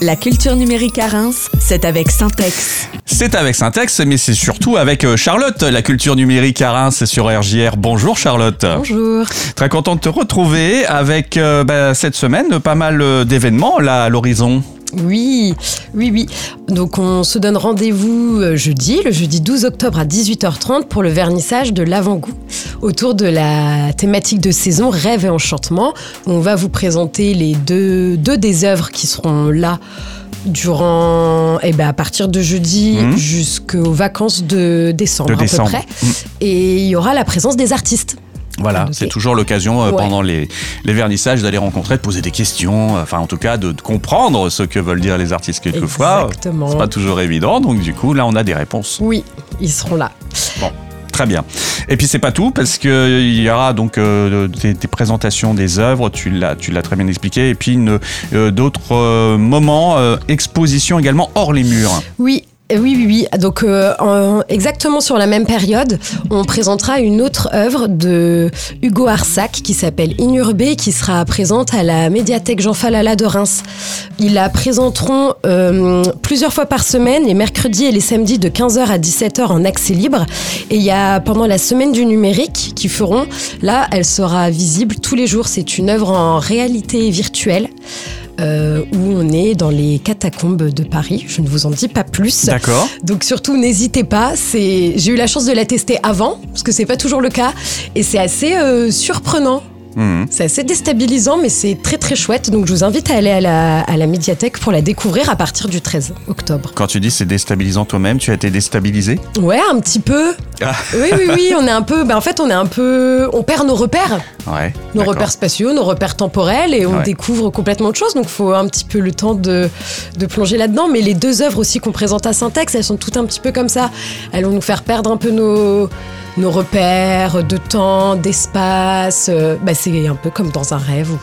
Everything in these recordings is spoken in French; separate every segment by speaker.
Speaker 1: La culture numérique à Reims, c'est avec Syntex.
Speaker 2: C'est avec Syntex, mais c'est surtout avec euh, Charlotte. La culture numérique à Reims, c'est sur RJR. Bonjour Charlotte.
Speaker 1: Bonjour.
Speaker 2: Très content de te retrouver avec euh, bah, cette semaine pas mal euh, d'événements là à l'horizon.
Speaker 3: Oui, oui, oui. Donc on se donne rendez-vous euh, jeudi, le jeudi 12 octobre à 18h30 pour le vernissage de l'avant-goût autour de la thématique de saison rêve et enchantement. On va vous présenter les deux, deux des œuvres qui seront là durant eh ben, à partir de jeudi
Speaker 2: Mhm.
Speaker 3: jusqu'aux vacances de décembre
Speaker 2: De
Speaker 3: à
Speaker 2: décembre.
Speaker 3: peu près
Speaker 2: Mhm.
Speaker 3: et il y aura la présence des artistes.
Speaker 2: Voilà,
Speaker 3: Ok.
Speaker 2: c'est toujours l'occasion euh,
Speaker 3: Ouais.
Speaker 2: pendant les, les vernissages d'aller rencontrer, de poser des questions, euh, enfin en tout cas de, de comprendre ce que veulent dire les artistes quelquefois.
Speaker 3: Exactement.
Speaker 2: C'est pas toujours évident, donc du coup là on a des réponses.
Speaker 3: Oui, ils seront là.
Speaker 2: Très bien. Et puis c'est pas tout parce que euh, il y aura donc euh, des, des présentations des œuvres, tu l'as tu l'as très bien expliqué, et puis une, euh, d'autres euh, moments, euh, expositions également hors les murs.
Speaker 3: Oui. euh, Oui, oui, oui. Donc, euh, en- exactement sur la même période, on présentera une autre œuvre de Hugo Arsac qui s'appelle Inurbé, qui sera présente à la médiathèque Jean Falala de Reims. Ils la présenteront euh, plusieurs fois par semaine, les mercredis et les samedis de 15h à 17h en accès libre. Et il y a pendant la semaine du numérique qui feront, là, elle sera visible tous les jours. C'est une œuvre en réalité virtuelle. euh, où on est dans les catacombes de Paris. Je ne vous en dis pas plus.
Speaker 2: D'accord.
Speaker 3: Donc surtout n'hésitez pas. C'est j'ai eu la chance de la tester avant parce que c'est pas toujours le cas et c'est assez euh, surprenant.
Speaker 2: Mhm.
Speaker 3: C'est assez déstabilisant, mais c'est très très chouette. Donc je vous invite à aller à la, à la médiathèque pour la découvrir à partir du 13 octobre.
Speaker 2: Quand tu dis c'est déstabilisant toi-même, tu as été déstabilisé
Speaker 3: Ouais, un petit peu.
Speaker 2: Ah.
Speaker 3: Oui, oui, oui. On est un peu. ben, en fait, on est un peu. On perd nos repères,
Speaker 2: Ouais.
Speaker 3: nos
Speaker 2: d'accord.
Speaker 3: repères spatiaux, nos repères temporels, et on
Speaker 2: Ouais.
Speaker 3: découvre complètement autre chose. Donc faut un petit peu le temps de, de plonger là-dedans. Mais les deux œuvres aussi qu'on présente à Syntax, elles sont toutes un petit peu comme ça. Elles vont nous faire perdre un peu nos nos repères de temps, d'espace. Euh, ben, c'est un peu comme dans un rêve ou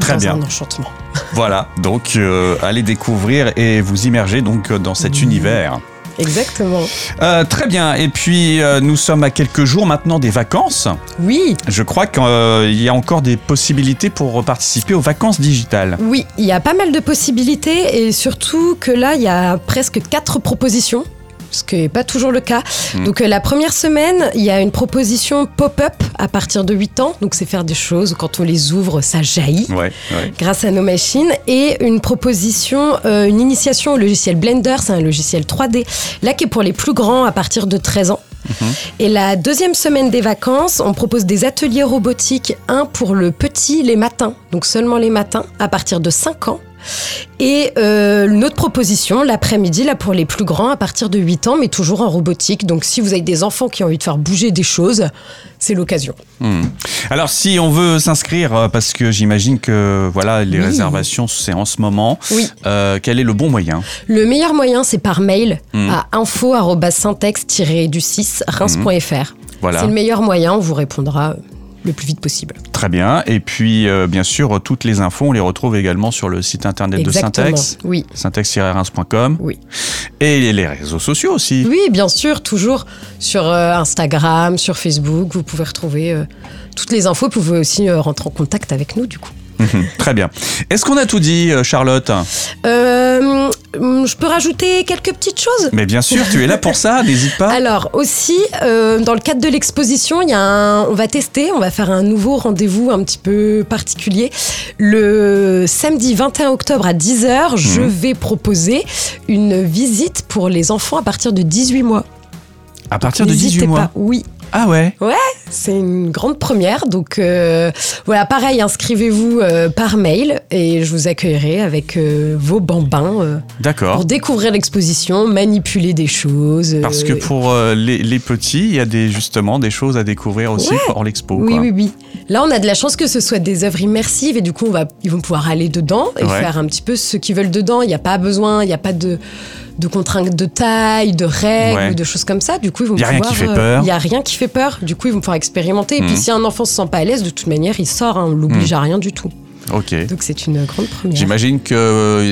Speaker 2: Très
Speaker 3: dans
Speaker 2: bien.
Speaker 3: un enchantement.
Speaker 2: Voilà, donc euh, allez découvrir et vous immerger donc euh, dans cet univers.
Speaker 3: Exactement.
Speaker 2: Euh, très bien, et puis euh, nous sommes à quelques jours maintenant des vacances.
Speaker 3: Oui,
Speaker 2: Je crois qu'il euh, y a encore des possibilités pour participer aux vacances digitales.
Speaker 3: oui, il y a pas mal de possibilités et surtout que là, il y a presque quatre propositions. Ce qui n'est pas toujours le cas.
Speaker 2: Mm.
Speaker 3: Donc, euh, la première semaine, il y a une proposition pop-up à partir de 8 ans. Donc, c'est faire des choses. Quand on les ouvre, ça jaillit
Speaker 2: Ouais, ouais.
Speaker 3: grâce à nos machines. Et une proposition, euh, une initiation au logiciel Blender. C'est un logiciel 3D. Là, qui est pour les plus grands à partir de 13 ans. Et la deuxième semaine des vacances, on propose des ateliers robotiques, un pour le petit les matins, donc seulement les matins, à partir de 5 ans. Et euh, une autre proposition, l'après-midi, là pour les plus grands, à partir de 8 ans, mais toujours en robotique. Donc si vous avez des enfants qui ont envie de faire bouger des choses, c'est l'occasion.
Speaker 2: Hmm. Alors si on veut s'inscrire, euh, parce que j'imagine que voilà les
Speaker 3: Oui.
Speaker 2: réservations c'est en ce moment,
Speaker 3: Oui.
Speaker 2: euh, quel est le bon moyen
Speaker 3: Le meilleur moyen, c'est par mail
Speaker 2: Mhm.
Speaker 3: à info-syntex-du6 reims.fr.
Speaker 2: Voilà.
Speaker 3: C'est le meilleur moyen, on vous répondra le plus vite possible.
Speaker 2: Très bien. Et puis euh, bien sûr, euh, toutes les infos on les retrouve également sur le site internet de Syntex.
Speaker 3: Oui.
Speaker 2: syntax-reims.com
Speaker 3: Oui.
Speaker 2: et les réseaux sociaux aussi.
Speaker 3: Oui, bien sûr, toujours sur euh, Instagram, sur Facebook, vous pouvez retrouver euh, toutes les infos, vous pouvez aussi euh, rentrer en contact avec nous du coup.
Speaker 2: Très bien. Est-ce qu'on a tout dit, euh, Charlotte
Speaker 3: Euh, hum, je peux rajouter quelques petites choses
Speaker 2: Mais bien sûr, tu es là pour ça, n'hésite pas.
Speaker 3: alors aussi, euh, dans le cadre de l'exposition, il y a un- on va tester, on va faire un nouveau rendez-vous un petit peu particulier. Le samedi 21 octobre à 10h, je
Speaker 2: Mhm.
Speaker 3: vais proposer une visite pour les enfants à partir de 18 mois.
Speaker 2: À partir de
Speaker 3: Ah, N'hésitez
Speaker 2: 18 mois.
Speaker 3: pas, oui.
Speaker 2: Ah ouais
Speaker 3: C'est une grande première, donc euh, voilà, pareil, inscrivez-vous euh, par mail et je vous accueillerai avec euh, vos bambins euh,
Speaker 2: D'accord.
Speaker 3: pour découvrir l'exposition, manipuler des choses. euh,
Speaker 2: Parce que pour euh, les, les petits, il y a des, justement des choses à découvrir aussi hors l'expo.
Speaker 3: Oui,
Speaker 2: quoi.
Speaker 3: oui, oui. Là, on a de la chance que ce soit des œuvres immersives et du coup, on va, ils vont pouvoir aller dedans et
Speaker 2: Ouais.
Speaker 3: faire un petit peu ce qu'ils veulent dedans. Il n'y a pas besoin, il n'y a pas de, de contraintes de taille, de règles,
Speaker 2: Ouais.
Speaker 3: de choses comme ça. Du coup, ils vont
Speaker 2: Il y a rien
Speaker 3: pouvoir,
Speaker 2: qui fait
Speaker 3: euh,
Speaker 2: peur.
Speaker 3: Il n'y a rien qui fait peur. Du coup, ils vont pouvoir expérimenter. Et
Speaker 2: Mhm.
Speaker 3: puis, si un enfant se sent pas à l'aise, de toute manière, il sort. hein, on l'oblige à rien du tout.
Speaker 2: Ok.
Speaker 3: Donc c'est une grande première.
Speaker 2: Mm. J'imagine qu'il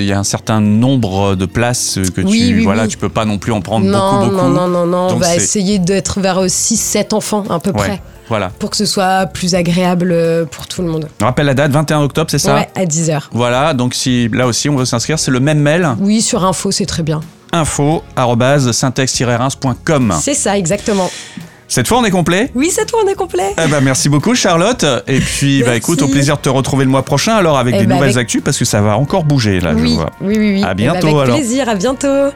Speaker 2: y a un certain nombre de places que
Speaker 3: Oui,
Speaker 2: tu
Speaker 3: oui,
Speaker 2: voilà,
Speaker 3: oui.
Speaker 2: tu peux pas non plus en prendre
Speaker 3: Non,
Speaker 2: beaucoup beaucoup.
Speaker 3: non, non, non, non, on
Speaker 2: Donc
Speaker 3: va
Speaker 2: c'est-
Speaker 3: essayer d'être vers 6-7 euh, enfants à peu
Speaker 2: Ouais.
Speaker 3: près.
Speaker 2: Voilà.
Speaker 3: pour que ce soit plus agréable euh, pour tout le monde.
Speaker 2: On rappelle la date, 21 octobre, c'est ça
Speaker 3: Ouais, à 10h.
Speaker 2: Voilà, donc si là aussi on veut s'inscrire, c'est le même mail
Speaker 3: Oui, sur info, c'est très bien.
Speaker 2: info@syntex-reims.com.
Speaker 3: C'est ça, exactement.
Speaker 2: Cette fois on est complet.
Speaker 3: Oui, cette fois, on est complet.
Speaker 2: Eh ben, merci beaucoup Charlotte et puis bah
Speaker 3: Merci.
Speaker 2: écoute au plaisir de te retrouver le mois prochain alors avec
Speaker 3: Eh
Speaker 2: des
Speaker 3: ben,
Speaker 2: nouvelles
Speaker 3: avec-
Speaker 2: actus parce que ça va encore bouger là Ah, je
Speaker 3: oui,
Speaker 2: vois.
Speaker 3: oui, oui, oui.
Speaker 2: À
Speaker 3: Eh ben,
Speaker 2: bientôt, alors.
Speaker 3: Avec plaisir, à bientôt.